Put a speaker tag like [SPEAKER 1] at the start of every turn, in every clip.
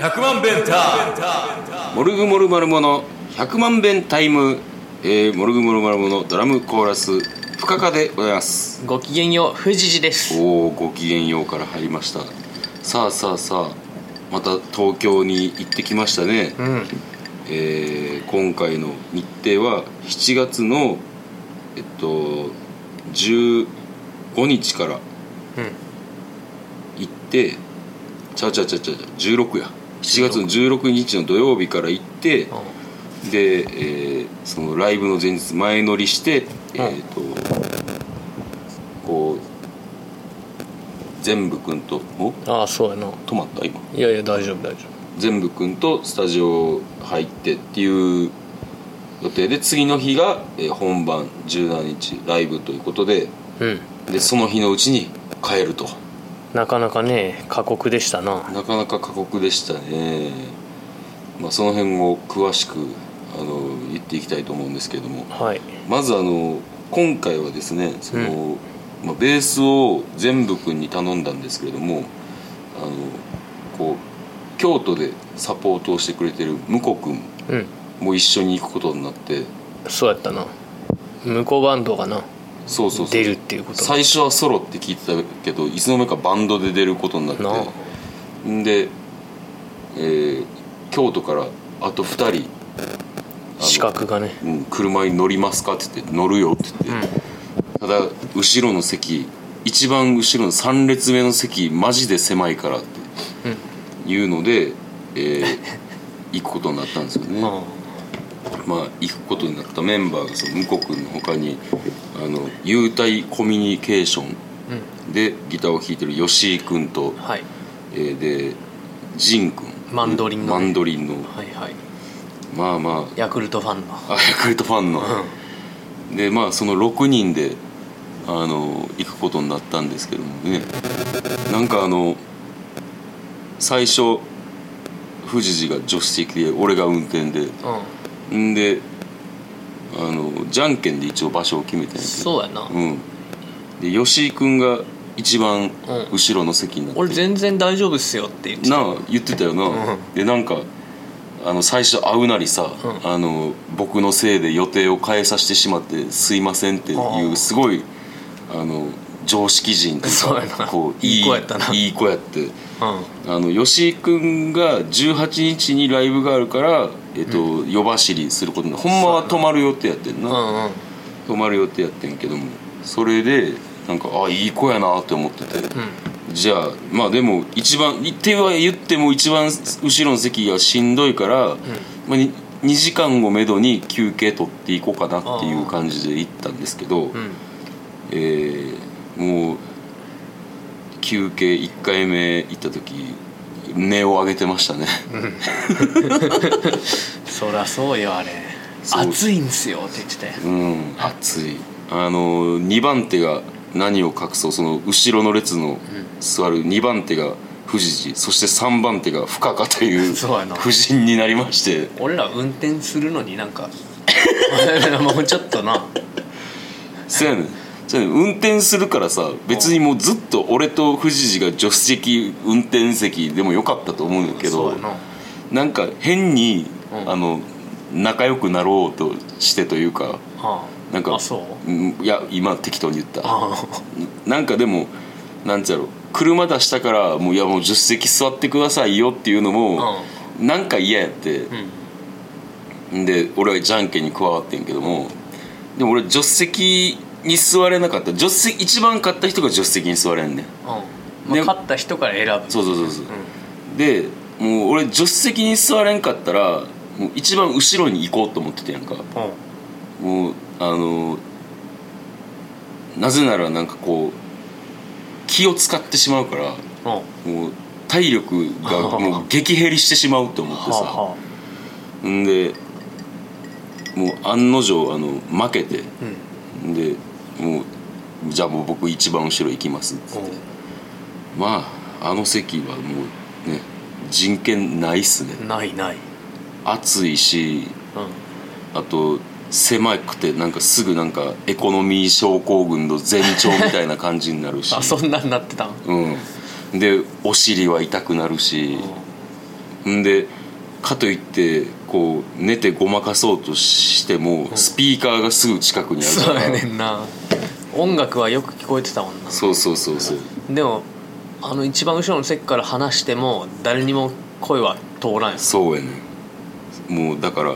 [SPEAKER 1] 100万弁タモルグモルマルモの100万弁タイム、えー、モルグモルマルモのドラムコーラス深川でございます
[SPEAKER 2] ごきげんよう富士寺です
[SPEAKER 1] おおごきげんようから入りましたさあさあさあまた東京に行ってきましたね、
[SPEAKER 2] うん
[SPEAKER 1] えー今回の日程は7月のえっと15日から
[SPEAKER 2] うん
[SPEAKER 1] 行ってちゃうちゃうちゃうちゃう16や7月の16日の土曜日から行ってで、えーそのライブの前日前乗りして、えっとこう全部くんとお
[SPEAKER 2] ああそうやな
[SPEAKER 1] 止まった今
[SPEAKER 2] いやいや大丈夫大丈
[SPEAKER 1] 全部くんとスタジオ入ってっていう予定で次の日が、えー本番17日ライブということで
[SPEAKER 2] 夫うん
[SPEAKER 1] でその日のうちに帰ると
[SPEAKER 2] なかなかね過酷でしたな
[SPEAKER 1] なかなか過酷でしたね、まあ、その辺を詳しくあの言っていきたいと思うんですけれども
[SPEAKER 2] はい
[SPEAKER 1] まずあの今回はですねその、まあ、ベースを全部君に頼んだんですけれどもあのこう京都でサポートをしてくれてる向こ君
[SPEAKER 2] うん
[SPEAKER 1] も一緒に行くことになって
[SPEAKER 2] そうやったな向こうバンドがな
[SPEAKER 1] そうそうそう
[SPEAKER 2] 出るっていうこと
[SPEAKER 1] 最初はソロって聞いてたけどいつの間にかバンドで出ることになって
[SPEAKER 2] なあ
[SPEAKER 1] んで、えー京都からあと2人あの
[SPEAKER 2] 資格がね
[SPEAKER 1] うん車に乗りますか?」って言って「乗るよ」って
[SPEAKER 2] う
[SPEAKER 1] 言
[SPEAKER 2] ん
[SPEAKER 1] って、ただ後ろの席一番後ろの3列目の席マジで狭いからっていうので、え ー行くことになったんですよね、
[SPEAKER 2] うんあ
[SPEAKER 1] まあ、行くことになったメンバーがその向こう君の他にあの幽体コミュニケーションでギターを弾いてる吉井君と、
[SPEAKER 2] あはい
[SPEAKER 1] えーで仁君
[SPEAKER 2] マンドリンの
[SPEAKER 1] マ
[SPEAKER 2] ね
[SPEAKER 1] ンドリンの
[SPEAKER 2] はいはい
[SPEAKER 1] まあま
[SPEAKER 2] ヤクルトファンの
[SPEAKER 1] ああヤクルトファンの、でまあその6人であの行くことになったんですけどもねなんかあの最初富士寺が助手席で俺が運転で
[SPEAKER 2] うん
[SPEAKER 1] んであのじゃんけんで一応場所を決めてんやけど
[SPEAKER 2] そうやな
[SPEAKER 1] うんで吉井君が一番
[SPEAKER 2] うん
[SPEAKER 1] 後ろの席になって、
[SPEAKER 2] 俺全然大丈夫っすよって言って
[SPEAKER 1] なあ言ってたよな、
[SPEAKER 2] うん
[SPEAKER 1] でなんかあの最初会うなりさ、
[SPEAKER 2] う
[SPEAKER 1] あの僕のせいで予定を変えさせてしまってすいませんってい
[SPEAKER 2] ああ
[SPEAKER 1] うすごいあの常識人とい
[SPEAKER 2] そうや
[SPEAKER 1] うか
[SPEAKER 2] な
[SPEAKER 1] こう
[SPEAKER 2] いい子やったない
[SPEAKER 1] い子やって
[SPEAKER 2] うん
[SPEAKER 1] あの吉井君が18日にライブがあるから、えっと夜走りすることにほんまは泊まる予定やってんな、
[SPEAKER 2] うんうん
[SPEAKER 1] 泊まる予定やってんけどもそれでなんかあいい子やなって思ってて、じゃあまあでも一番っては言っても一番後ろの席がしんどいから、まあ、に2時間をめどに休憩取っていこうかなっていう感じで行ったんですけど、
[SPEAKER 2] うん
[SPEAKER 1] えーもう休憩1回目行った時値を上げてましたね
[SPEAKER 2] そりゃそうよあれ
[SPEAKER 1] そう
[SPEAKER 2] 暑いんすよって言ってたよ
[SPEAKER 1] うん暑いあの2番手が何を隠そうその後ろの列の座る2番手が富士寺そして3番手が深川という
[SPEAKER 2] そうやな
[SPEAKER 1] 夫人になりまして
[SPEAKER 2] 俺ら運転するのになんか もうちょっとな
[SPEAKER 1] そうやねんそうやねん運転するからさ別にもうずっと俺と富士寺が助手席運転席でもよかったと思うんやけ
[SPEAKER 2] そ
[SPEAKER 1] ど
[SPEAKER 2] うやな
[SPEAKER 1] なんか変に、
[SPEAKER 2] うん
[SPEAKER 1] あの仲良くなろうとしてというか
[SPEAKER 2] ああ
[SPEAKER 1] なんか
[SPEAKER 2] あそう
[SPEAKER 1] うんいや今適当に言った
[SPEAKER 2] あ
[SPEAKER 1] なんかでもなんちゃろう車出したからもういやもう助手席座ってくださいよっていうのも、なんか嫌やって
[SPEAKER 2] あ、うん
[SPEAKER 1] んで俺はじゃんけんに加わってんけどもでも俺助手席に座れなかった助手席一番買った人が助手席に座れんねん
[SPEAKER 2] うんま
[SPEAKER 1] で
[SPEAKER 2] あ、勝った人から選ぶ
[SPEAKER 1] そうそうそうそう、でもう俺助手席に座れんかったらもう一番後ろに行こうと思っててやんか
[SPEAKER 2] うんうん
[SPEAKER 1] もうあのなぜならなんかこう気を使ってしまうから
[SPEAKER 2] は
[SPEAKER 1] もう体力 がもう激減りしてしまうと思って
[SPEAKER 2] あ
[SPEAKER 1] さ、
[SPEAKER 2] は
[SPEAKER 1] んでもう案の定あの負けて
[SPEAKER 2] あうん
[SPEAKER 1] でもうじゃあもう僕一番後ろ行きますっつってまああの席はもうね人権ないっすね
[SPEAKER 2] うんないない
[SPEAKER 1] 暑いし
[SPEAKER 2] うん
[SPEAKER 1] あと狭くてなんかすぐなんかエコノミー症候群の前兆みたいな感じになるし
[SPEAKER 2] あそんなんなってたん
[SPEAKER 1] うん、でお尻は痛くなるしんでかといってこう寝てごまかそうとしてもスピーカーがすぐ近くにあるか
[SPEAKER 2] そう
[SPEAKER 1] ら、
[SPEAKER 2] やねんな音楽はよく聞こえてたもんな
[SPEAKER 1] そうそうそうそう
[SPEAKER 2] でもあの一番後ろの席から話しても誰にも声は通らんよ
[SPEAKER 1] そうやねんもうだから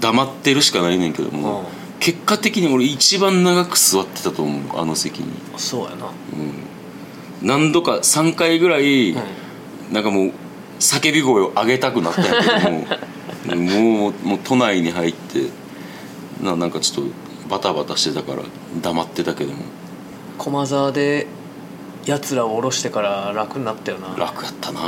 [SPEAKER 1] 黙ってるしかないねんけども、
[SPEAKER 2] うん
[SPEAKER 1] 結果的に俺一番長く座ってたと思うあの席に、
[SPEAKER 2] そうやな
[SPEAKER 1] うん、何度か3回ぐらい、
[SPEAKER 2] う
[SPEAKER 1] なんかもう叫び声を上げたくなったんやけどももうもう都内に入ってななんかちょっとバタバタしてたから黙ってたけども
[SPEAKER 2] ん駒沢でやつらを下ろしてから楽になったよな
[SPEAKER 1] 楽やったな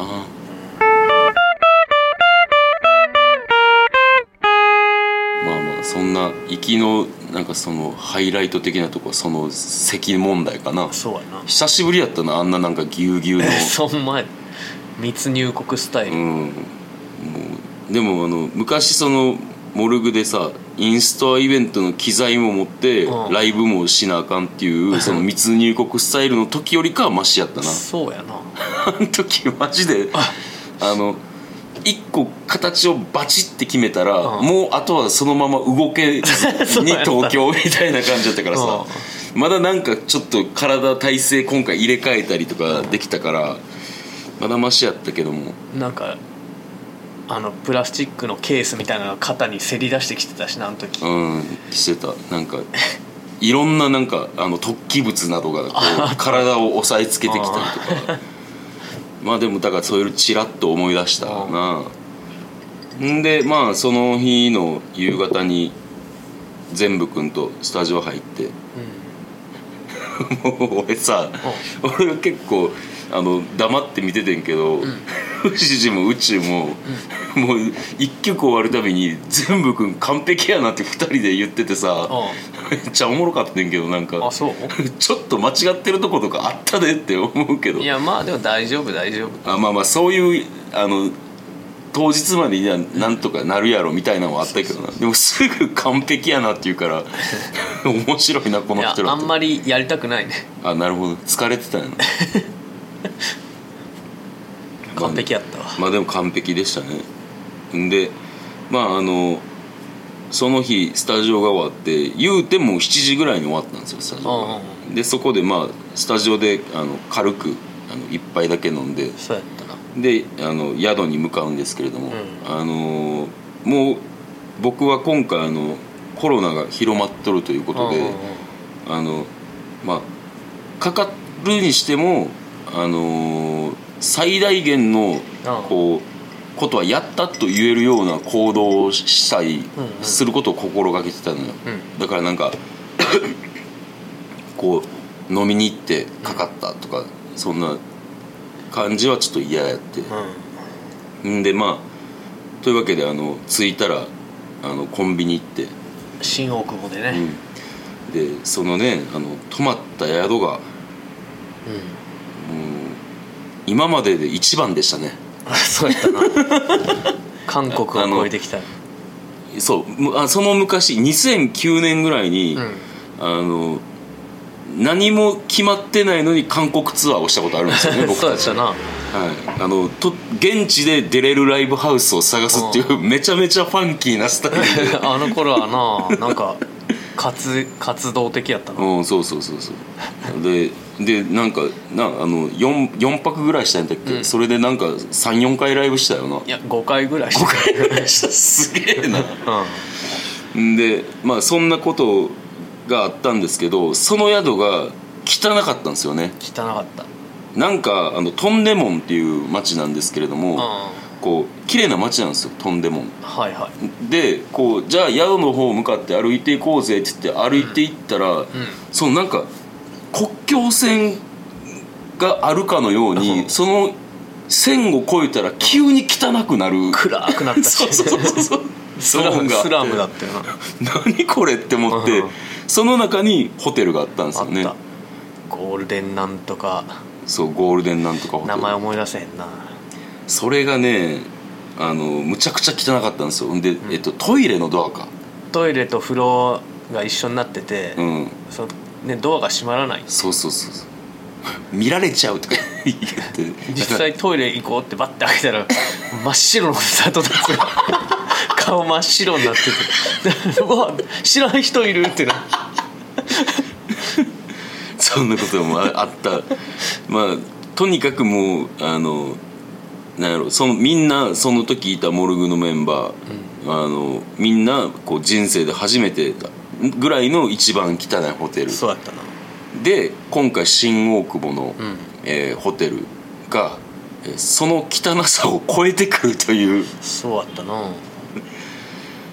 [SPEAKER 1] まあまあそんな行きのなんかそのハイライト的なとこはその席問題かな
[SPEAKER 2] そうやな
[SPEAKER 1] 久しぶりやったなあんななんかぎゅうぎゅうの
[SPEAKER 2] そんまや密入国スタイ
[SPEAKER 1] う
[SPEAKER 2] ル、
[SPEAKER 1] んもうでもあの昔そのモルグでさインストアイベントの機材も持って
[SPEAKER 2] うん
[SPEAKER 1] ライブもしなあかんって いうその密入国スタイルの時よりかはマシやったな
[SPEAKER 2] そうやな
[SPEAKER 1] あの時マジであの一個形をバチって決めたら、
[SPEAKER 2] うん
[SPEAKER 1] もうあとはそのまま動けず
[SPEAKER 2] そう
[SPEAKER 1] に
[SPEAKER 2] やった
[SPEAKER 1] 東京みたいな感じだったからさ、まだなんかちょっと体体勢今回入れ替えたりとかできたから、まだマシやったけども
[SPEAKER 2] なんかあのプラスチックのケースみたいなのが肩にせり出してきてたしなあの時、
[SPEAKER 1] うんしてたなんかいろんななんかあの突起物などがこう体を押さえつけてきたりとかまあでもだからそういうチラッと思い出したなうんでまあその日の夕方に全部君とスタジオ入って もう俺さ俺結構あの黙って見ててんけど、藤士も宇宙も、もう一曲終わるたびに全部君完璧やなって二人で言っててさ、めっちゃおもろかったんけどなん
[SPEAKER 2] うん、あ
[SPEAKER 1] か
[SPEAKER 2] そう
[SPEAKER 1] ちょっと間違ってるとことかあったでって思うけど
[SPEAKER 2] いやまあでも大丈夫大丈夫
[SPEAKER 1] あまあまあそういうあの当日までにはなんとかなるやろみたいなのはあったけどなでもすぐ完璧やなって言うから 面白いなこ
[SPEAKER 2] い
[SPEAKER 1] の
[SPEAKER 2] や
[SPEAKER 1] 人ら
[SPEAKER 2] あ
[SPEAKER 1] って
[SPEAKER 2] んまりやりたくないね
[SPEAKER 1] あなるほど疲れてたんやな
[SPEAKER 2] 完璧やったわ
[SPEAKER 1] まあでも完璧でしたねんでまああのその日スタジオが終わって言うても7時ぐらいに終わったんですよスタジオが
[SPEAKER 2] うんうん
[SPEAKER 1] でそこでまあスタジオであの軽くあの一杯だけ飲んで
[SPEAKER 2] そうやったな
[SPEAKER 1] であの宿に向かうんですけれども、
[SPEAKER 2] うん
[SPEAKER 1] あのーもう僕は今回あのコロナが広まっとるということで、
[SPEAKER 2] うんうんうん
[SPEAKER 1] あのまあかかるにしてもあのー最大限のこうことはやったと言えるような行動をしたり、
[SPEAKER 2] うんうん
[SPEAKER 1] することを心がけてたのよ、
[SPEAKER 2] う
[SPEAKER 1] だからなんか こう飲みに行ってかかったとか、そんな感じはちょっと嫌やって、
[SPEAKER 2] うん
[SPEAKER 1] んでまあというわけであの着いたらあのコンビニ行って、
[SPEAKER 2] 新大久保でね
[SPEAKER 1] でそのねあの泊まった宿が
[SPEAKER 2] うん、
[SPEAKER 1] 今までで一番でしたね
[SPEAKER 2] あ そうやったな 韓国を超えてきた
[SPEAKER 1] そうむあその昔2009年ぐらいに、
[SPEAKER 2] うん
[SPEAKER 1] あの何も決まってないのに韓国ツアーをしたことあるんです よね僕
[SPEAKER 2] そうや
[SPEAKER 1] た
[SPEAKER 2] っ
[SPEAKER 1] ち
[SPEAKER 2] たな
[SPEAKER 1] はい、あのと現地で出れるライブハウスを探すっていうめちゃめちゃファンキーなスタイル
[SPEAKER 2] あの頃はななんか活活動的やったな
[SPEAKER 1] うんそうそうそうそうででなんかなあの 4, 四泊ぐらいしたんだっけ、それでなんか34回ライブしたよない
[SPEAKER 2] や5回ぐらいして
[SPEAKER 1] 5回ぐらいしたすげえな
[SPEAKER 2] うん
[SPEAKER 1] んでまあそんなことがあったんですけどその宿が汚かったんですよね
[SPEAKER 2] 汚かった
[SPEAKER 1] なんかあのトンデモンっていう町なんですけれど
[SPEAKER 2] うん
[SPEAKER 1] も、
[SPEAKER 2] は
[SPEAKER 1] こう綺麗な町なんですよトンデモン
[SPEAKER 2] いはい
[SPEAKER 1] でこうじゃあ宿の方向かって歩いていこうぜって言って歩いていったら、そのなんか国境線があるかのように、
[SPEAKER 2] うん
[SPEAKER 1] その線を越えたら急に汚くな る、
[SPEAKER 2] 暗くなったし
[SPEAKER 1] そうそうそうそう
[SPEAKER 2] スラ
[SPEAKER 1] ゾーンがあっ
[SPEAKER 2] ム
[SPEAKER 1] て
[SPEAKER 2] スラムだったよな
[SPEAKER 1] 何これって思って、
[SPEAKER 2] うん
[SPEAKER 1] その中にホテルがあったんです
[SPEAKER 2] あ
[SPEAKER 1] よ
[SPEAKER 2] っ
[SPEAKER 1] ね
[SPEAKER 2] たゴールデンなんとか
[SPEAKER 1] そうゴールデンなんとかホテ
[SPEAKER 2] 名
[SPEAKER 1] ル
[SPEAKER 2] 前思い出せへんな
[SPEAKER 1] それがねあのむちゃくちゃ汚かったんですよんで、えっと、トイレのドアか
[SPEAKER 2] トイレと風呂が一緒になってて、
[SPEAKER 1] うん
[SPEAKER 2] そのね、ドアが閉まらない
[SPEAKER 1] そうそうそうそう見られちゃうとか言って
[SPEAKER 2] 実際トイレ行こうってバッて開けたら真っ白のスタートだっ たよ顔真っ白になっててうわ知らん人いるってな
[SPEAKER 1] そんなこともああったまあとにかくもうあのなんやろそのみんなその時いたモルグのメンバー、あのみんなこう人生で初めてだぐらいの一番汚いホテル
[SPEAKER 2] そうだったな
[SPEAKER 1] で今回新大久保の、
[SPEAKER 2] うん
[SPEAKER 1] えーホテルがえーその汚さを超えてくるという
[SPEAKER 2] そうだったな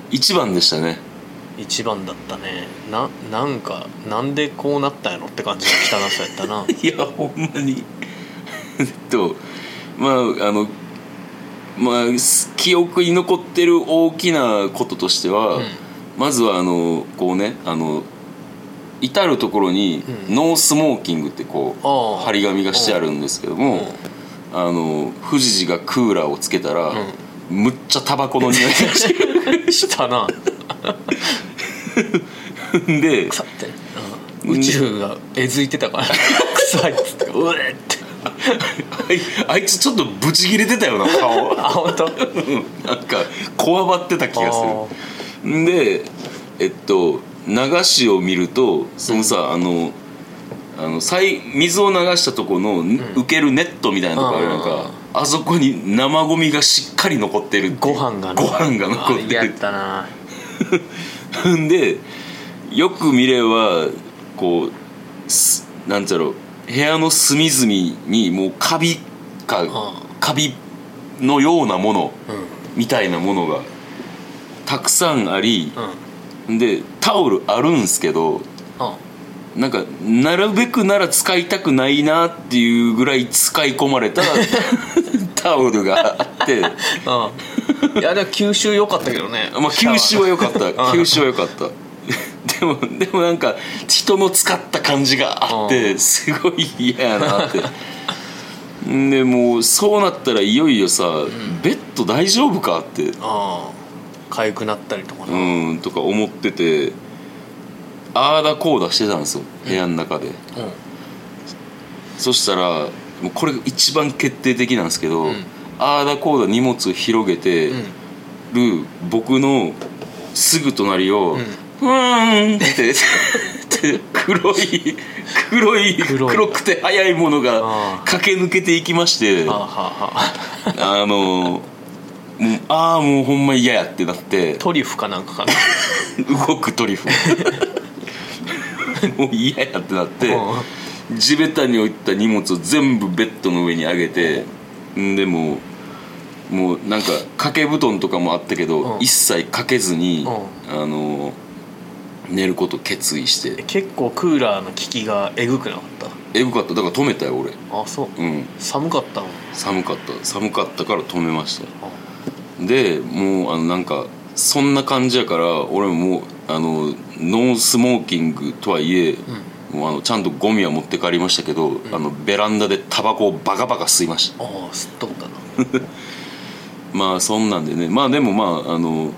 [SPEAKER 1] 一番でしたね
[SPEAKER 2] 一番だったねななんかなんでこうなったんやろって感じの汚さやったな
[SPEAKER 1] いやほんまに えっとまああのまあす記憶に残ってる大きなこととしては、
[SPEAKER 2] うん
[SPEAKER 1] まずはあのこうねあの至る所に「
[SPEAKER 2] うん
[SPEAKER 1] ノースモーキング」ってこう、
[SPEAKER 2] ああ
[SPEAKER 1] 張り紙がしてあるんですけども、あの富士寺がクーラーをつけたら、むっちゃタバコの匂いがして
[SPEAKER 2] したな
[SPEAKER 1] るん で
[SPEAKER 2] 腐って、うん、宇宙がえずいて たから臭いっつってうえって
[SPEAKER 1] あいあいつちょっとブチギレてたよな顔
[SPEAKER 2] あ本当
[SPEAKER 1] うんなんかこわばってた気がするでえっと流しを見るとそのさ、あのあの最水を流したとこの、受けるネットみたいなとこあるなんかあそこに生ゴミがしっかり残ってるっていう
[SPEAKER 2] ご飯が
[SPEAKER 1] ご飯が残って
[SPEAKER 2] やっ
[SPEAKER 1] る
[SPEAKER 2] たな
[SPEAKER 1] んでよく見ればこうすなんちゃろう部屋の隅々にもうカビか、
[SPEAKER 2] ん
[SPEAKER 1] カビのようなもの
[SPEAKER 2] うん
[SPEAKER 1] みたいなものがたくさんあり
[SPEAKER 2] うん
[SPEAKER 1] でタオルあるんすけど
[SPEAKER 2] あ
[SPEAKER 1] なんかなるべくなら使いたくないなっていうぐらい使い込まれ たタオルがあって。
[SPEAKER 2] うんいやでも九州良かったけどね
[SPEAKER 1] まあ、九州は良かった
[SPEAKER 2] うん
[SPEAKER 1] 九州は良かった でもでもなんか人の使った感じがあっ
[SPEAKER 2] う
[SPEAKER 1] てすごい嫌やなって でもうそうなったらいよいよさ、ベッド大丈夫かって
[SPEAKER 2] ああ痒くなったりとかな、
[SPEAKER 1] うんとか思っててああだこうだしてたんですよ部屋の中で、そしたらもうこれが一番決定的なんですけど、
[SPEAKER 2] うん
[SPEAKER 1] ああだこうだ荷物を広げて、
[SPEAKER 2] うん
[SPEAKER 1] る僕のすぐ隣を「
[SPEAKER 2] う
[SPEAKER 1] うんーん」ってって黒い黒い
[SPEAKER 2] 黒い
[SPEAKER 1] 黒くて速いもの
[SPEAKER 2] あ
[SPEAKER 1] が
[SPEAKER 2] あ
[SPEAKER 1] 駆け抜けていきまして
[SPEAKER 2] はあは
[SPEAKER 1] あ
[SPEAKER 2] あはあ
[SPEAKER 1] のもうああもうほんま嫌やってなって
[SPEAKER 2] トリュフかなんかかな
[SPEAKER 1] 動くトリュ フもう嫌やってなって地べたに置いた荷物を全部ベッドの上に上げてんでもうもうなんか掛け布団とかもあったけど、
[SPEAKER 2] うん
[SPEAKER 1] 一切かけずに、
[SPEAKER 2] う
[SPEAKER 1] あの寝ること決意して
[SPEAKER 2] 結構クーラーの効きがえぐくなかっ
[SPEAKER 1] えぐかっただから止めたよ俺
[SPEAKER 2] たあそう、
[SPEAKER 1] うん
[SPEAKER 2] 寒かったの
[SPEAKER 1] 寒かった寒かったから止めました
[SPEAKER 2] あ
[SPEAKER 1] でもうあのなんかそんな感じやから俺もうあのノースモーキングとはいえ、もうあのちゃんとゴミは持って帰りましたけど、あのベランダでタバコをバカバカ吸いました
[SPEAKER 2] ああ吸っとったな
[SPEAKER 1] まあそんなんでねまあでもまああの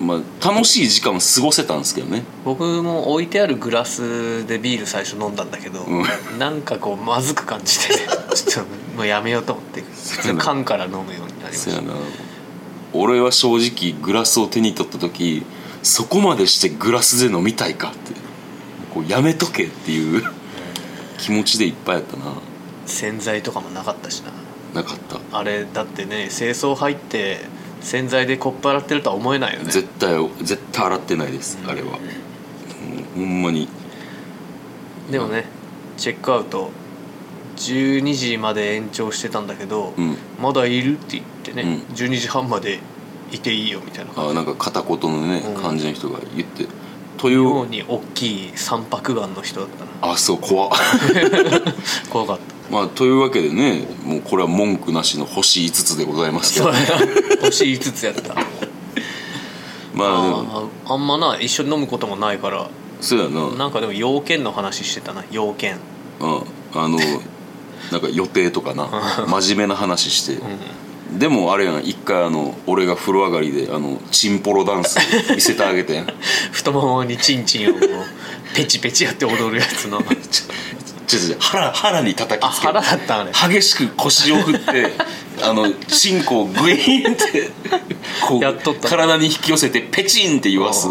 [SPEAKER 1] まあ楽しい時間を過ごせたんですけどね
[SPEAKER 2] 僕も置いてあるグラスでビール最初飲んだんだけど、
[SPEAKER 1] うん
[SPEAKER 2] なんかこうまずく感じて ちょっともうやめようと思って普通に缶から飲むようになりま
[SPEAKER 1] そ
[SPEAKER 2] し
[SPEAKER 1] や
[SPEAKER 2] た
[SPEAKER 1] な俺は正直グラスを手に取った時そこまでしてグラスで飲みたいかってこうやめとけっていう 気持ちでいっぱいやったな
[SPEAKER 2] 洗剤とかもなかったしな
[SPEAKER 1] なかった
[SPEAKER 2] あれだってね清掃入って洗剤でコップ洗ってるとは思えないよね
[SPEAKER 1] 絶対絶対洗ってないですあれは、うんほんまに
[SPEAKER 2] でもねチェックアウト12時まで延長してたんだけど、
[SPEAKER 1] うん
[SPEAKER 2] まだいるって言ってね、
[SPEAKER 1] う
[SPEAKER 2] 12時半までいていいよみたいな
[SPEAKER 1] あなんか片言のね、
[SPEAKER 2] うん
[SPEAKER 1] 感じの人が言ってとい
[SPEAKER 2] 妙
[SPEAKER 1] う
[SPEAKER 2] に大きい三白眼の人だった な
[SPEAKER 1] あそう怖っ
[SPEAKER 2] 怖かっ
[SPEAKER 1] まあというわけでねもうこれは文句なしの星5つでございま
[SPEAKER 2] た
[SPEAKER 1] すけ
[SPEAKER 2] そう
[SPEAKER 1] ど
[SPEAKER 2] やな星5つやったあ
[SPEAKER 1] まあでも
[SPEAKER 2] ああんまな一緒に飲むこともないから
[SPEAKER 1] そうやな
[SPEAKER 2] なんかでも要件の話してたな要件
[SPEAKER 1] うん、あのなんか予定とかな真面目な話して、
[SPEAKER 2] うん
[SPEAKER 1] でもあれやん一回あの俺が風呂上がりであのチンポロダンス見せてあげ てん
[SPEAKER 2] 太ももにチンチンをこうペチペチやって踊るやつ
[SPEAKER 1] ち
[SPEAKER 2] の
[SPEAKER 1] ょちょちょ腹腹に叩
[SPEAKER 2] あ
[SPEAKER 1] きつけて
[SPEAKER 2] 腹だったんあれ
[SPEAKER 1] 激しく腰を振ってあのチンコをグイーンってこう
[SPEAKER 2] やっとった
[SPEAKER 1] 体に引き寄せてペチンって言わす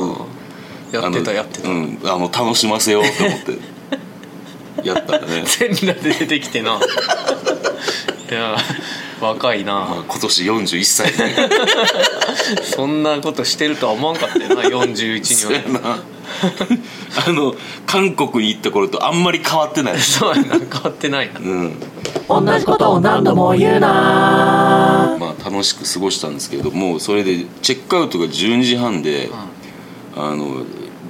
[SPEAKER 2] やって
[SPEAKER 1] あの
[SPEAKER 2] たやってた
[SPEAKER 1] うん、あの楽しませようと思ってやったらね
[SPEAKER 2] 全裸で出てきてないや若いな
[SPEAKER 1] まあ今年41歳で
[SPEAKER 2] そんなことしてるとは思わんかったよな41
[SPEAKER 1] そう や
[SPEAKER 2] には
[SPEAKER 1] なあの韓国に行った頃とあんまり変わってない、
[SPEAKER 2] そうやな変わってないな
[SPEAKER 1] うん、
[SPEAKER 3] 同じことを何度も言うな
[SPEAKER 1] まあ楽しく過ごしたんですけどもそれでチェックアウトが12時半で、あの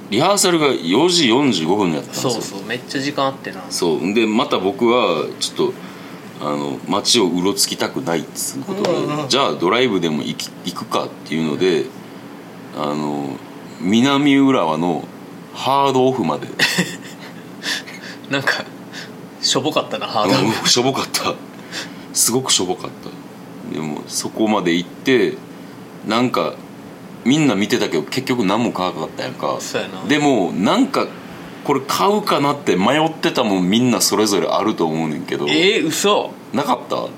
[SPEAKER 1] リハーサルが4時45分にやったんですよ
[SPEAKER 2] そうそうめっちゃ時間あってな
[SPEAKER 1] そうでまた僕はちょっとあの街をうろつきたくないっつうことで、じゃあドライブでも行き行くかっていうのであの南浦和のハードオフまで
[SPEAKER 2] なんかしょぼかったなハ
[SPEAKER 1] あ
[SPEAKER 2] ードル
[SPEAKER 1] のしょぼかったすごくしょぼかったでもそこまで行ってなんかみんな見てたけど結局何も買わなかったやんか
[SPEAKER 2] そうやな
[SPEAKER 1] でもなんかこれ買うかなって迷ってたもんみんなそれぞれあると思うねんけど
[SPEAKER 2] えー、嘘
[SPEAKER 1] なかった
[SPEAKER 2] こ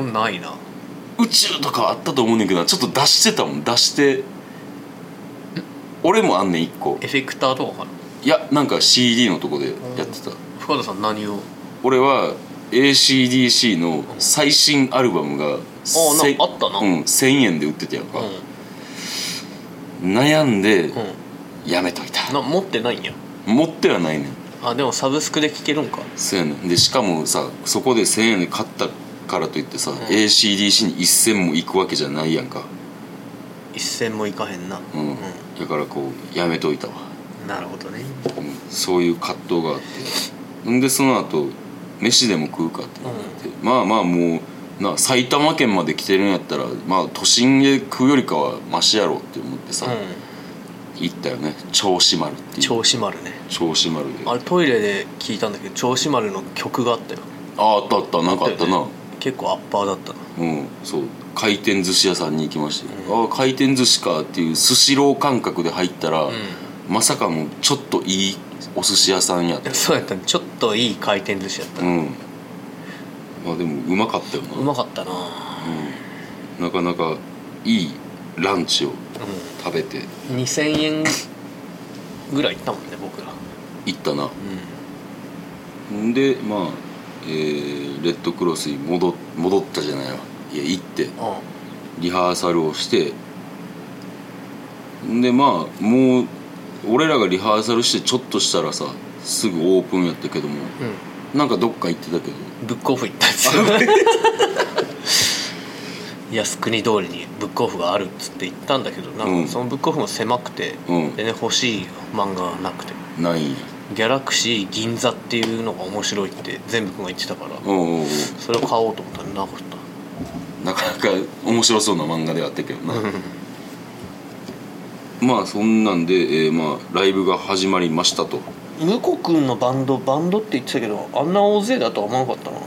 [SPEAKER 2] んないな
[SPEAKER 1] 宇宙とかあったと思うねんけどなちょっと出してたもん出して俺もあんねん1個
[SPEAKER 2] エフェクターとかかない
[SPEAKER 1] やなんか CD のとこでやってた
[SPEAKER 2] 深田さん何を
[SPEAKER 1] 俺は ACDC の最新アルバムがせ
[SPEAKER 2] あったな
[SPEAKER 1] うん、1000円で売ってたやん
[SPEAKER 2] う
[SPEAKER 1] か
[SPEAKER 2] ん、
[SPEAKER 1] 悩んで
[SPEAKER 2] う
[SPEAKER 1] やめといた
[SPEAKER 2] ん、な持ってないんや
[SPEAKER 1] 持ってはないねん
[SPEAKER 2] あでもサブスクで聴けるんか
[SPEAKER 1] そうやねんでしかもさそこで1000円で買ったからといってさ、ACDC に1000も行くわけじゃないやんか
[SPEAKER 2] 一銭もいかへんな
[SPEAKER 1] うん、だからこうやめといたわ
[SPEAKER 2] なるほどね
[SPEAKER 1] うんそういう葛藤があってんでその後飯でも食うかってなって、まあまあもうな埼玉県まで来てるんやったらまあ都心で食うよりかはマシやろうって思ってさ、
[SPEAKER 2] うん
[SPEAKER 1] 行ったよね銚子丸っていう
[SPEAKER 2] 銚子丸ね
[SPEAKER 1] 銚子丸であ
[SPEAKER 2] あれトイレで聞いたんだけど銚子丸の曲があったよ
[SPEAKER 1] ああったあったなんかあったな、
[SPEAKER 2] だよね結構アッパーだったな
[SPEAKER 1] うんそう回転寿司屋さんに行きまして、ああ回転寿司かっていうスシロー感覚で入ったら、まさかのちょっといいお寿司屋さんやった
[SPEAKER 2] そうやったねちょっといい回転寿司やった
[SPEAKER 1] う
[SPEAKER 2] な、
[SPEAKER 1] んまあでもうまかったよな
[SPEAKER 2] うまかったな
[SPEAKER 1] なかなかいいランチを
[SPEAKER 2] う
[SPEAKER 1] 食べて
[SPEAKER 2] ん2000円ぐらいいったもんね僕ら
[SPEAKER 1] 行ったな
[SPEAKER 2] うん
[SPEAKER 1] でまあ、えーレッドクロスに戻戻ったじゃないわいや行って
[SPEAKER 2] んあ
[SPEAKER 1] リハーサルをしてんでまあもう俺らがリハーサルしてちょっとしたらさすぐオープンやったけども
[SPEAKER 2] う
[SPEAKER 1] なんかどっか行ってたけど
[SPEAKER 2] んブックオフ行ったんですよ 靖国通りにブックオフがあるっつって行ったんだけどなんかそのブックオフも狭くて、
[SPEAKER 1] うん
[SPEAKER 2] でね欲しい漫画がなくて
[SPEAKER 1] ないんや
[SPEAKER 2] 「ギャラクシー銀座」っていうのが面白いって全部君が言ってたから
[SPEAKER 1] おうおうおう
[SPEAKER 2] それを買おうと思ったらなかった
[SPEAKER 1] なかなか面白そうな漫画ではあったけど なまあそんなんで、えーまあ、ライブが始まりましたと
[SPEAKER 2] 向こくんのバンドバンドって言ってたけどあんな大勢だとは思わなかったな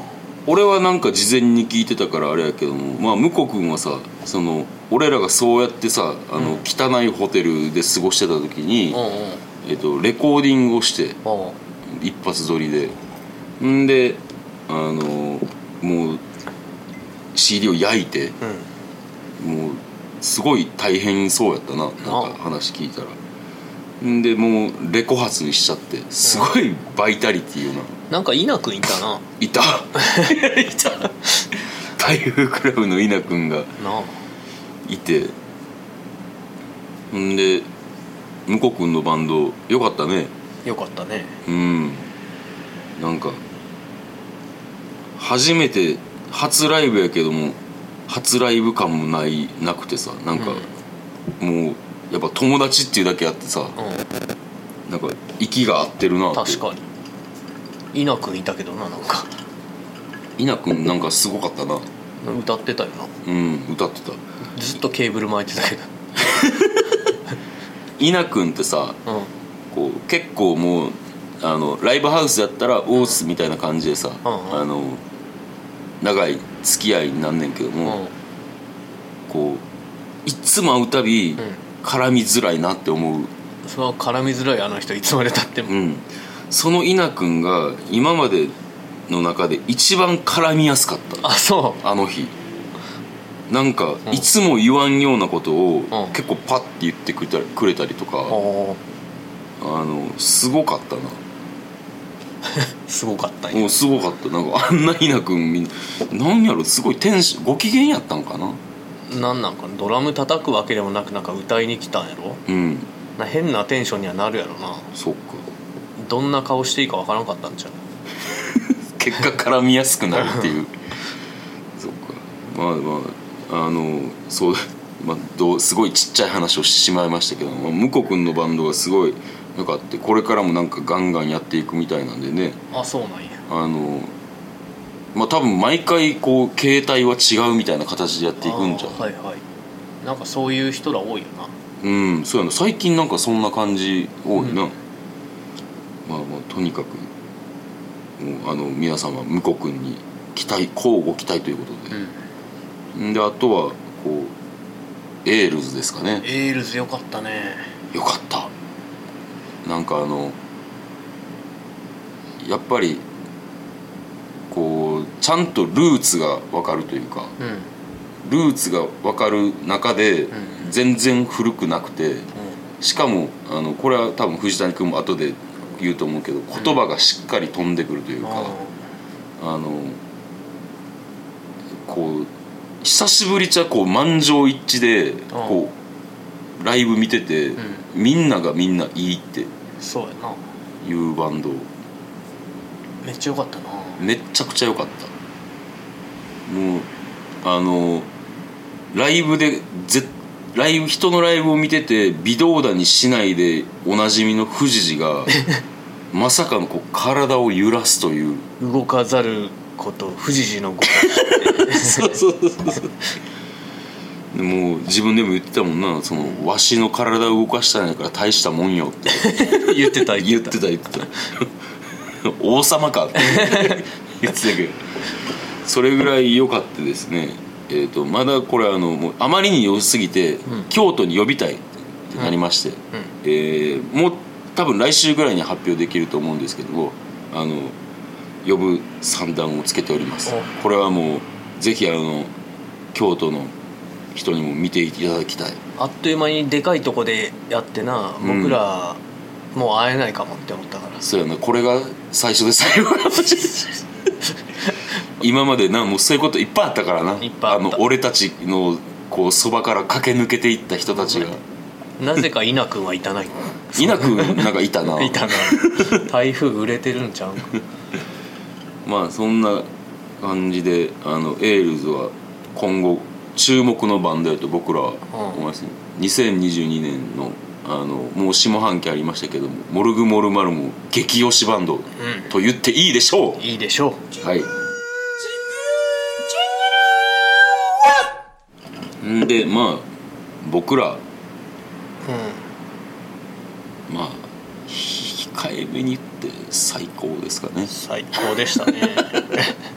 [SPEAKER 1] 俺はなんか事前に聞いてたからあれやけどもまあ向こう君はさその俺らがそうやってさあの、汚いホテルで過ごしてた時に、
[SPEAKER 2] うんうん
[SPEAKER 1] えっとレコーディングをして
[SPEAKER 2] あ
[SPEAKER 1] 一発撮りでんであのもう CD を焼いて
[SPEAKER 2] あうん
[SPEAKER 1] もうすごい大変そうやったななんか話聞いたらんでもうレコ発にしちゃってすごいバイタリティよな
[SPEAKER 2] なんか稲君いたな
[SPEAKER 1] いた
[SPEAKER 2] いた
[SPEAKER 1] 台風クラブの稲君が
[SPEAKER 2] なあ
[SPEAKER 1] いてんで向こう君のバンドよかったね
[SPEAKER 2] よかったね
[SPEAKER 1] うんなんか初めて初ライブやけども初ライブ感もないなくてさなんか、もうやっぱ友達っていうだけあってさ
[SPEAKER 2] うん
[SPEAKER 1] なんか息が合ってるなって
[SPEAKER 2] 確かに稲君いたけどななんか
[SPEAKER 1] 稲君なんかすごかったな
[SPEAKER 2] 歌ってたよな
[SPEAKER 1] うん歌ってた
[SPEAKER 2] ずっとケーブル巻いてたけど
[SPEAKER 1] 稲君ってさ
[SPEAKER 2] うん
[SPEAKER 1] こう結構もうあのライブハウスやったらオースみたいな感じでさ、
[SPEAKER 2] んうん
[SPEAKER 1] あの長い付き合いになんねんけども、
[SPEAKER 2] う
[SPEAKER 1] こういつも会うたび絡みづらいなって思う、
[SPEAKER 2] その絡みづらいあの人いつまでたっても、
[SPEAKER 1] うん、その稲君が今までの中で一番絡みやすかった
[SPEAKER 2] あそ
[SPEAKER 1] あの日なんか
[SPEAKER 2] ん
[SPEAKER 1] いつも言わんようなことを
[SPEAKER 2] うん
[SPEAKER 1] 結構パッて言ってくれたりくれたりと
[SPEAKER 2] う
[SPEAKER 1] か
[SPEAKER 2] おー
[SPEAKER 1] あのすごかったな
[SPEAKER 2] すごかったんや
[SPEAKER 1] もうすごかったなんかあんなひな君みんななんやろすごいテンションご機嫌やったんかな
[SPEAKER 2] なんなんかなドラム叩くわけでもなくなんか歌いに来たんやろ
[SPEAKER 1] うん
[SPEAKER 2] な変なテンションにはなるやろな
[SPEAKER 1] そっか
[SPEAKER 2] どんな顔していいかわからんかったんちゃう
[SPEAKER 1] 結果絡みやすくなるっていう そっかまあまああのそう、まあ、どうすごいちっちゃい話をしてしまいましたけど、まあ、向こくんのバンドがすごい良かってこれからもなんかガンガンやっていくみたいなんでね
[SPEAKER 2] あそうなんや
[SPEAKER 1] あのまあ多分毎回こう形態は違うみたいな形でやっていくんじゃん、
[SPEAKER 2] あーはいはいなんかそういう人ら多いよな
[SPEAKER 1] うんそうやな最近なんかそんな感じ多いな、まあまあとにかくもうあの皆様向こくんに期待交互期待ということで、
[SPEAKER 2] ん
[SPEAKER 1] であとはこうエールズですかね
[SPEAKER 2] エールズよかったね
[SPEAKER 1] よかったなんかあのやっぱりこうちゃんとルーツが分かるというか
[SPEAKER 2] うんうん
[SPEAKER 1] ルーツが分かる中で
[SPEAKER 2] ん
[SPEAKER 1] 全然古くなくてしかもあのこれは多分藤谷君も後で言うと思うけど言葉がしっかり飛んでくるというか、あのこう久しぶりじゃこう満場一致でこうライブ見てて、
[SPEAKER 2] ん
[SPEAKER 1] みんながみんないいって
[SPEAKER 2] そうやな
[SPEAKER 1] いうバンド
[SPEAKER 2] めっちゃよかったな
[SPEAKER 1] めっちゃくちゃ良かったもうあのライブでぜライブ人のライブを見てて微動だにしないでおなじみの藤次がまさかのこう体を揺らすという。
[SPEAKER 2] 動かざること富士寺 のごとし
[SPEAKER 1] そうそうそうそうでもう自分でも言ってたもんなそのわしの体を動かしたんやから大したもんよって
[SPEAKER 2] 言ってた
[SPEAKER 1] 言ってた言ってた 王様かって言ってたけどそれぐらい良かったですねえー、とまだこれあのもうあまりに良すぎて、
[SPEAKER 2] ん
[SPEAKER 1] 京都に呼びたいってなりまして、えーもう多分来週ぐらいに発表できると思うんですけどもあの呼ぶ算段をつけております
[SPEAKER 2] お
[SPEAKER 1] これはもうぜひあの京都の人にも見ていただきたい
[SPEAKER 2] あっという間にでかいとこでやってな
[SPEAKER 1] うん
[SPEAKER 2] 僕らもう会えないかもって思ったから、
[SPEAKER 1] そうやなこれが最初で最後かもしれない今までなもうそういうこといっぱいあったからない
[SPEAKER 2] っぱいあ
[SPEAKER 1] あ
[SPEAKER 2] った
[SPEAKER 1] の俺たちのこうそばから駆け抜けていった人たちが
[SPEAKER 2] なぜか稲君はいたない
[SPEAKER 1] 稲君なんかいた ない
[SPEAKER 2] たな台風売れてるんちゃうか
[SPEAKER 1] まあそんな感じであのエールズは今後注目のバンドやと僕らは思いますね、2022年のあのもう下半期ありましたけども「モルグモルマル」も激推しバンドと言っていいでしょう、
[SPEAKER 2] いいでしょう
[SPEAKER 1] はいんでまあ僕ら
[SPEAKER 2] う
[SPEAKER 1] まあ控えめに言って最高ですかね
[SPEAKER 2] ん最高でしたね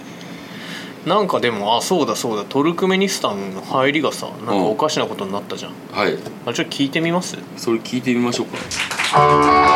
[SPEAKER 2] なんかでもあそうだそうだトルクメニスタンの入りがさなんかおかしなことになったじゃん、
[SPEAKER 1] はい
[SPEAKER 2] あちょっと聞いてみます
[SPEAKER 1] それ聞いてみましょうか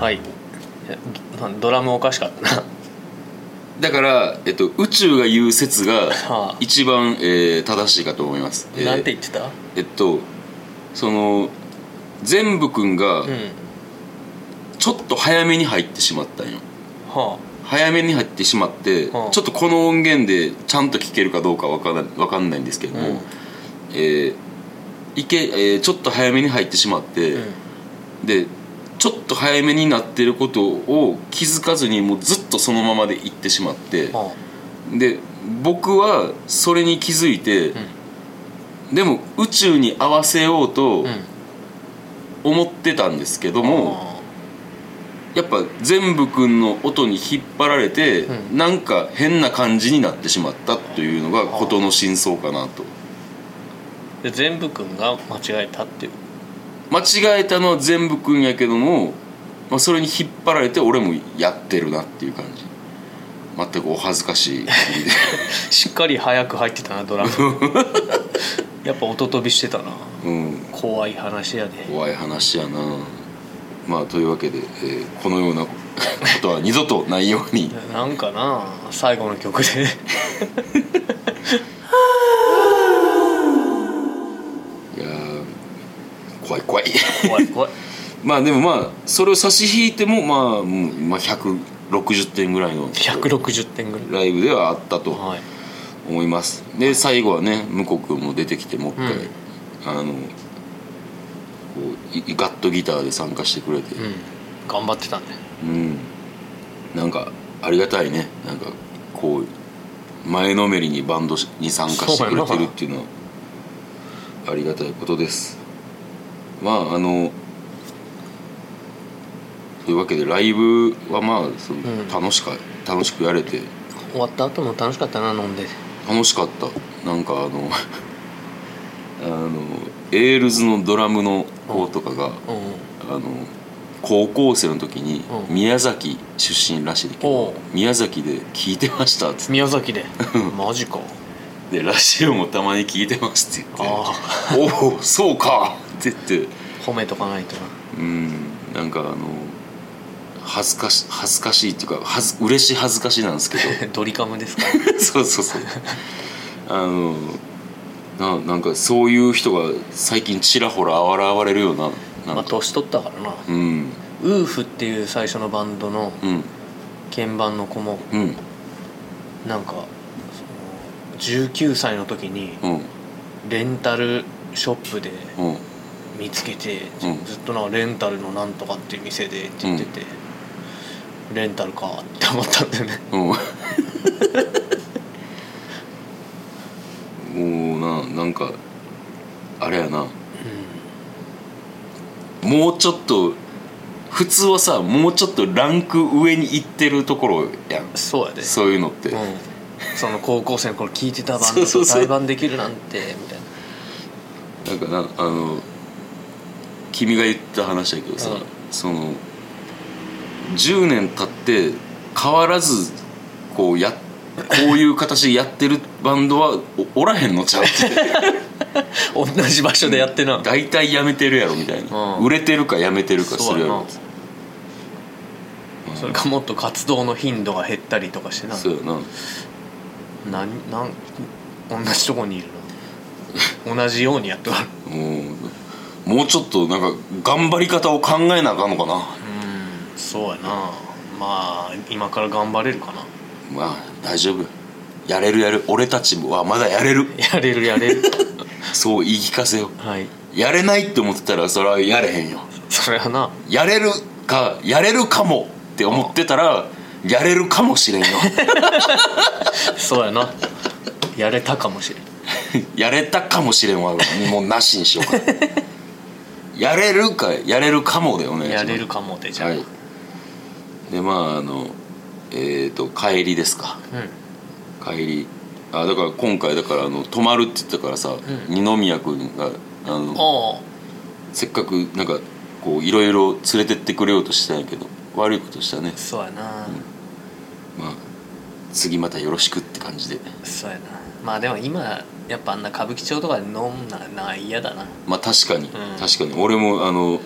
[SPEAKER 2] はいいやドドラムおかしかったな
[SPEAKER 1] だから、えっと、宇宙が言う説
[SPEAKER 2] はあ
[SPEAKER 1] が一番、えー正しいかと思います、えー
[SPEAKER 2] なんて言ってた
[SPEAKER 1] えっとその全部くんが
[SPEAKER 2] うん
[SPEAKER 1] ちょっと早めに入ってしまったんよ、
[SPEAKER 2] は
[SPEAKER 1] 早めに入ってしまって、
[SPEAKER 2] はあ
[SPEAKER 1] ちょっとこの音源でちゃんと聞けるかどうかわからわかんないんですけども、
[SPEAKER 2] うん
[SPEAKER 1] えーいけえーちょっと早めに入ってしまって、でちょっと早めになってることを気づかずにもうずっとそのままで行ってしまって、
[SPEAKER 2] は
[SPEAKER 1] で僕はそれに気づいて、でも宇宙に合わせようと
[SPEAKER 2] あうん
[SPEAKER 1] 思ってたんですけども、やっぱ全部くんの音に引っ張られて、
[SPEAKER 2] うん
[SPEAKER 1] なんか変な感じになってしまったというのが事の真相かなと
[SPEAKER 2] で全部君が間違えたっていう
[SPEAKER 1] 間違えたのは全部くんやけども、まあ、それに引っ張られて俺もやってるなっていう感じ全くお恥ずかしい感 じで
[SPEAKER 2] しっかり早く入ってたなドラムやっぱ音飛びしてたな
[SPEAKER 1] うん
[SPEAKER 2] 怖い話やで
[SPEAKER 1] 怖い話やなまあというわけで、えーこのようなことは二度とないよ うに
[SPEAKER 2] なんかな最後の曲で
[SPEAKER 1] いやー怖い怖い
[SPEAKER 2] 怖い怖い
[SPEAKER 1] まあでもまあそれを差し引いてもまあ、うんまあ、160点ぐらいの
[SPEAKER 2] 160点ぐらい
[SPEAKER 1] ライブではあったと
[SPEAKER 2] はい
[SPEAKER 1] 思いますで最後はね向こう君も出てきてもう一回、
[SPEAKER 2] うん
[SPEAKER 1] あのこういガットギターで参加してくれて
[SPEAKER 2] うん頑張ってたね
[SPEAKER 1] うん、なんかありがたいねなんかこう前のめりにバンドしに参加してくれてるっていうのはありがたいことですまああのというわけでライブはまあその
[SPEAKER 2] ん
[SPEAKER 1] 楽しか、楽しくやれて
[SPEAKER 2] 終わった後も楽しかったな飲んで
[SPEAKER 1] 楽しかったなんかあの あのエールズのドラムの子とかが、
[SPEAKER 2] うん
[SPEAKER 1] あの高校生の時に
[SPEAKER 2] うん
[SPEAKER 1] 宮崎出身らしいけ
[SPEAKER 2] お
[SPEAKER 1] ど
[SPEAKER 2] う
[SPEAKER 1] 宮崎で聞いてましたっつっ
[SPEAKER 2] 宮崎でマジか
[SPEAKER 1] てでラジオもたまに聞いてますって言
[SPEAKER 2] あ
[SPEAKER 1] っておおそうかって言って
[SPEAKER 2] 褒めとかないと な
[SPEAKER 1] うんなんかあの恥ずかし恥ずかしいっていうかはず嬉しい恥ずかしいなんです けど
[SPEAKER 2] ドリカムですか
[SPEAKER 1] そうそうそうあのななんかそういう人が最近ちらほら現れるようなな
[SPEAKER 2] まあ
[SPEAKER 1] んか、
[SPEAKER 2] 年取ったからな
[SPEAKER 1] うん
[SPEAKER 2] ウーフっていう最初のバンドの
[SPEAKER 1] うん
[SPEAKER 2] 鍵盤の子も
[SPEAKER 1] うん
[SPEAKER 2] なんかその19歳の時に
[SPEAKER 1] うん
[SPEAKER 2] レンタルショップで
[SPEAKER 1] うん
[SPEAKER 2] 見つけて、
[SPEAKER 1] うん
[SPEAKER 2] ずっとなんかレンタルのなんとかっていう店でって言ってて、レンタルかって思ったんだよね
[SPEAKER 1] うん もうななんかあれやな、もうちょっと普通はさもうちょっとランク上に行ってるところやん
[SPEAKER 2] そうやで
[SPEAKER 1] そういうのって、
[SPEAKER 2] うん、その高校生の頃聞いてたバン
[SPEAKER 1] そう
[SPEAKER 2] ド
[SPEAKER 1] そう
[SPEAKER 2] と
[SPEAKER 1] そう
[SPEAKER 2] 対バンできるなんてみたいな
[SPEAKER 1] なんかなあの君が言った話だけどさ、
[SPEAKER 2] うん
[SPEAKER 1] その10年経って変わらずこうやこういう形でやってるバンドはおおらへんのちゃうって
[SPEAKER 2] 同じ場所でやってな、
[SPEAKER 1] 大体やめてるやろみたいな、
[SPEAKER 2] うん
[SPEAKER 1] 売れてるかやめてるかす
[SPEAKER 2] そう
[SPEAKER 1] るや
[SPEAKER 2] やな、
[SPEAKER 1] ろ
[SPEAKER 2] それかもっと活動の頻度が減ったりとかしてな
[SPEAKER 1] そうやな
[SPEAKER 2] なんなん同じとこにいる な同じようにやってはる
[SPEAKER 1] もうもうちょっとなんか頑張り方を考えなあかんのかな
[SPEAKER 2] うんそうやなまあ今から頑張れるかな
[SPEAKER 1] まあ大丈夫やれるやる俺たちはまだやれる
[SPEAKER 2] やれるやれ る
[SPEAKER 1] そう言い聞かせよう
[SPEAKER 2] はい
[SPEAKER 1] やれないって思ってたらそれはやれへんよ
[SPEAKER 2] それはな
[SPEAKER 1] やれるかやれるかもって思ってたらやれるかもしれん よ
[SPEAKER 2] そうやなやれたかもしれん
[SPEAKER 1] やれたかもしれんはもうなしにしようかやれるかやれるかもでお願いします
[SPEAKER 2] やれるかもでじゃあ、
[SPEAKER 1] はいでまああのえっ、と帰りですか
[SPEAKER 2] うん
[SPEAKER 1] 帰りあだから今回だからあの泊まるって言ってたからさ、
[SPEAKER 2] う
[SPEAKER 1] 二宮君があの
[SPEAKER 2] あ
[SPEAKER 1] せっかくなんかこういろいろ連れてってくれようとしてたんやけど悪いことしたね
[SPEAKER 2] あそうやな、
[SPEAKER 1] まあ次またよろしくって感じで
[SPEAKER 2] そうやなまあでも今やっぱあんな歌舞伎町とかで飲んなな嫌だな
[SPEAKER 1] まあ確かに、
[SPEAKER 2] ん
[SPEAKER 1] 確かに俺もあの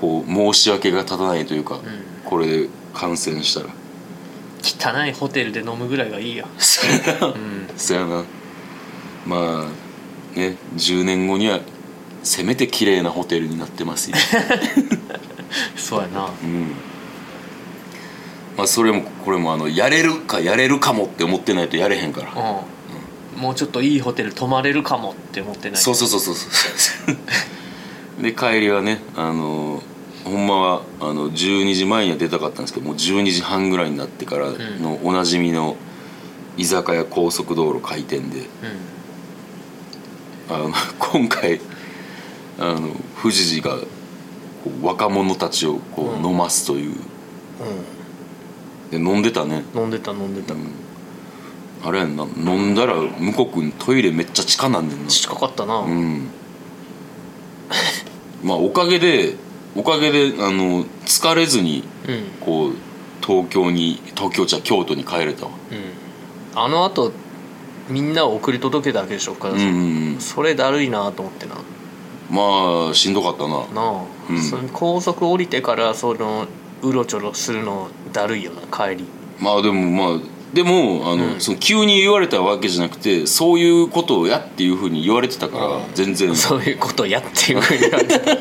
[SPEAKER 1] こう申し訳が立たないというか、これで感染した ら
[SPEAKER 2] 汚いホテルで飲むぐらいがいいよ
[SPEAKER 1] それな
[SPEAKER 2] うん
[SPEAKER 1] そやなまあね10年後にはせめて綺麗なホテル になってますよ、
[SPEAKER 2] そうやな
[SPEAKER 1] うん、まあ、それもこれもあのやれるかやれるかもって思ってないとやれへんから、
[SPEAKER 2] うん、もうちょっといいホテル泊まれるかもって思ってない
[SPEAKER 1] そうそうそうそうそう で帰りはねあのほんまはあの12時前には出たかったんですけどもう12時半ぐらいになってからのおなじみの居酒屋高速道路開店で
[SPEAKER 2] う
[SPEAKER 1] あの今回あの富士寺がこう若者たちをこう飲ますという、で飲んでたね、
[SPEAKER 2] ん、飲んでた飲んでた、
[SPEAKER 1] あれやんな飲んだら向こう君トイレめっちゃ近なんねんな
[SPEAKER 2] 近かったな、
[SPEAKER 1] う
[SPEAKER 2] うん
[SPEAKER 1] んまあおかげでおかげであの疲れずにこう東京に東京じゃ京都に帰れたわ
[SPEAKER 2] うんあのあとみんなを送り届けたわけでしょ岡
[SPEAKER 1] うん
[SPEAKER 2] 田さ、
[SPEAKER 1] うんん
[SPEAKER 2] それだるいなと思ってな
[SPEAKER 1] まあしんどかったな
[SPEAKER 2] なあ、
[SPEAKER 1] うん
[SPEAKER 2] その高速降りてからそのうろちょろするのだるいよな帰り
[SPEAKER 1] まあでもまあでもあの、
[SPEAKER 2] うん
[SPEAKER 1] その急に言われたわけじゃなくてそういうことをやっていうふうに言われてたから全然
[SPEAKER 2] そういうことをやっていうふうになってた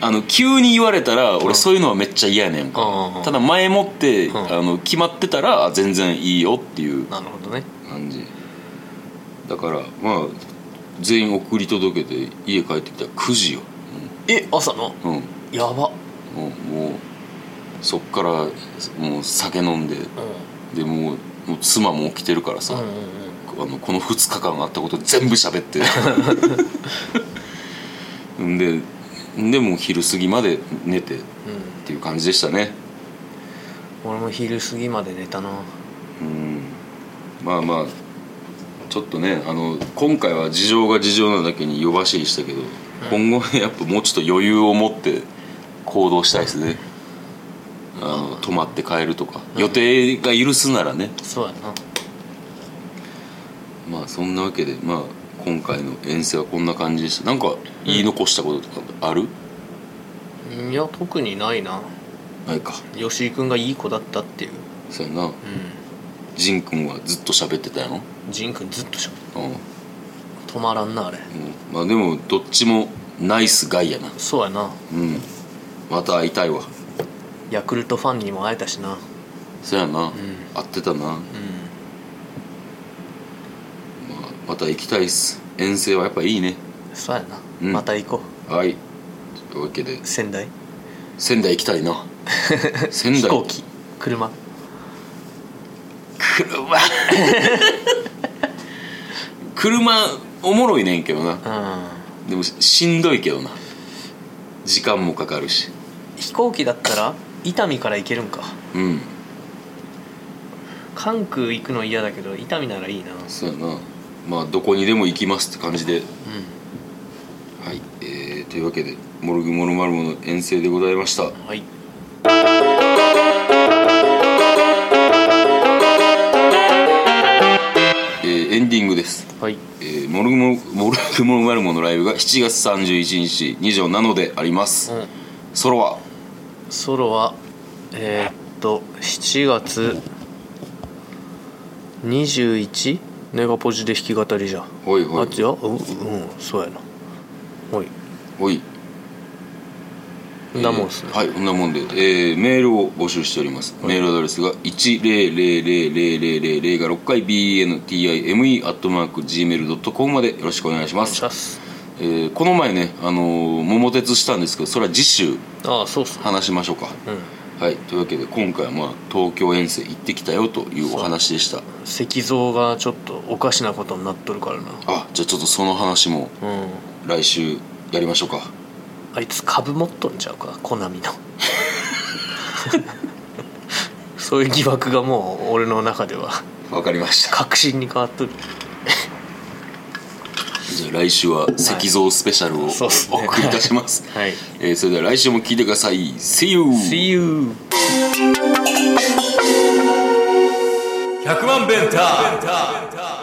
[SPEAKER 1] あの急に言われたら俺そういうのはめっちゃ嫌やねん
[SPEAKER 2] うんうんう
[SPEAKER 1] か
[SPEAKER 2] ん
[SPEAKER 1] ただ前もって
[SPEAKER 2] ん
[SPEAKER 1] あの決まってたらあ全然いいよっていう
[SPEAKER 2] なるほどね
[SPEAKER 1] 感じだからまあ全員送り届けて家帰ってきたら9時よ
[SPEAKER 2] え朝の
[SPEAKER 1] うん、うん
[SPEAKER 2] やば、
[SPEAKER 1] もうもうそっからもう酒飲んで
[SPEAKER 2] う
[SPEAKER 1] でもうもう妻も起きてるからさ、
[SPEAKER 2] ん、うんうん
[SPEAKER 1] あのこの2日間あったこと全部喋ってんででもう昼過ぎまで寝てっ
[SPEAKER 2] うん
[SPEAKER 1] ていう感じでしたね
[SPEAKER 2] うん俺も昼過ぎまで寝たな
[SPEAKER 1] うんまあまあちょっとねあの今回は事情が事情なだけに夜走りしたけど、今後はねやっぱもうちょっと余裕を持って行動したいですねあの泊まって帰るとか予定が許すならね
[SPEAKER 2] そうやな
[SPEAKER 1] まあそんなわけでまあ今回の遠征はこんな感じでしたなんか言い残したこととかある、
[SPEAKER 2] いや特にないな
[SPEAKER 1] ないか
[SPEAKER 2] 吉井君がいい子だったっていう
[SPEAKER 1] そうやな
[SPEAKER 2] う
[SPEAKER 1] 仁君はずっと喋ってたやろ
[SPEAKER 2] ん仁君ずっとしゃ
[SPEAKER 1] うん、うん、
[SPEAKER 2] 止まらんなあれ
[SPEAKER 1] まあでもどっちもナイスガイやな
[SPEAKER 2] そうやな
[SPEAKER 1] うんまた会いたいわ
[SPEAKER 2] ヤクルトファンにも会えたしな
[SPEAKER 1] そうやな、
[SPEAKER 2] ん
[SPEAKER 1] 会ってたな、まあ、
[SPEAKER 2] う
[SPEAKER 1] また行きたいっす遠征はやっぱいいね
[SPEAKER 2] んそうやな、
[SPEAKER 1] うん
[SPEAKER 2] また行こ
[SPEAKER 1] はいというわけで
[SPEAKER 2] う仙台
[SPEAKER 1] 仙台行きたいな仙台
[SPEAKER 2] 飛行機車
[SPEAKER 1] 車車おもろいねんけどな
[SPEAKER 2] うん
[SPEAKER 1] でもししんどいけどな時間もかかるし
[SPEAKER 2] 飛行機だったら伊丹から行けるんか
[SPEAKER 1] うん
[SPEAKER 2] 関空行くの嫌だけど伊丹ならいいなうん
[SPEAKER 1] そうやなまあどこにでも行きますって感じではい、えー、というわけで「モルグモルマルモ」の遠征でございました
[SPEAKER 2] はい
[SPEAKER 1] えーエンディングです
[SPEAKER 2] はい
[SPEAKER 1] えーモルグモモルグモルマルモのライブが7月31日2条なのであります、
[SPEAKER 2] うん
[SPEAKER 1] ソロは
[SPEAKER 2] ソロはえーっと7月21ネガポジで弾き語りじゃん
[SPEAKER 1] ほいほ
[SPEAKER 2] あ
[SPEAKER 1] い
[SPEAKER 2] っちよううんそうやなはい
[SPEAKER 1] ほい
[SPEAKER 2] こんなもんっすね
[SPEAKER 1] えーはいこんなもんで、えーメールを募集しております、メールアドレスが1000000が6回 bntime.gmail.com までよろしくお願いしま
[SPEAKER 2] お願い
[SPEAKER 1] す
[SPEAKER 2] します
[SPEAKER 1] えーこの前ね、あのー桃鉄したんですけどそれは次週
[SPEAKER 2] ああそうっすね
[SPEAKER 1] 話しましょうか、
[SPEAKER 2] う
[SPEAKER 1] はいというわけで今回は、まあ、東京遠征行ってきたよというお話でした
[SPEAKER 2] ん石像がちょっとおかしなことになっとるからな
[SPEAKER 1] あじゃあちょっとその話も
[SPEAKER 2] うん
[SPEAKER 1] 来週やりましょうか
[SPEAKER 2] あいつ株持っとんちゃうかコナミ のそういう疑惑がもう俺の中では
[SPEAKER 1] わかりました
[SPEAKER 2] 確信に変わっとる
[SPEAKER 1] じゃあ来週は石像スペシャルを、
[SPEAKER 2] そうっすね
[SPEAKER 1] お送りいたします、
[SPEAKER 2] はい
[SPEAKER 1] えーそれでは来週も聞いてください See you!
[SPEAKER 2] See you
[SPEAKER 4] 100万ベンター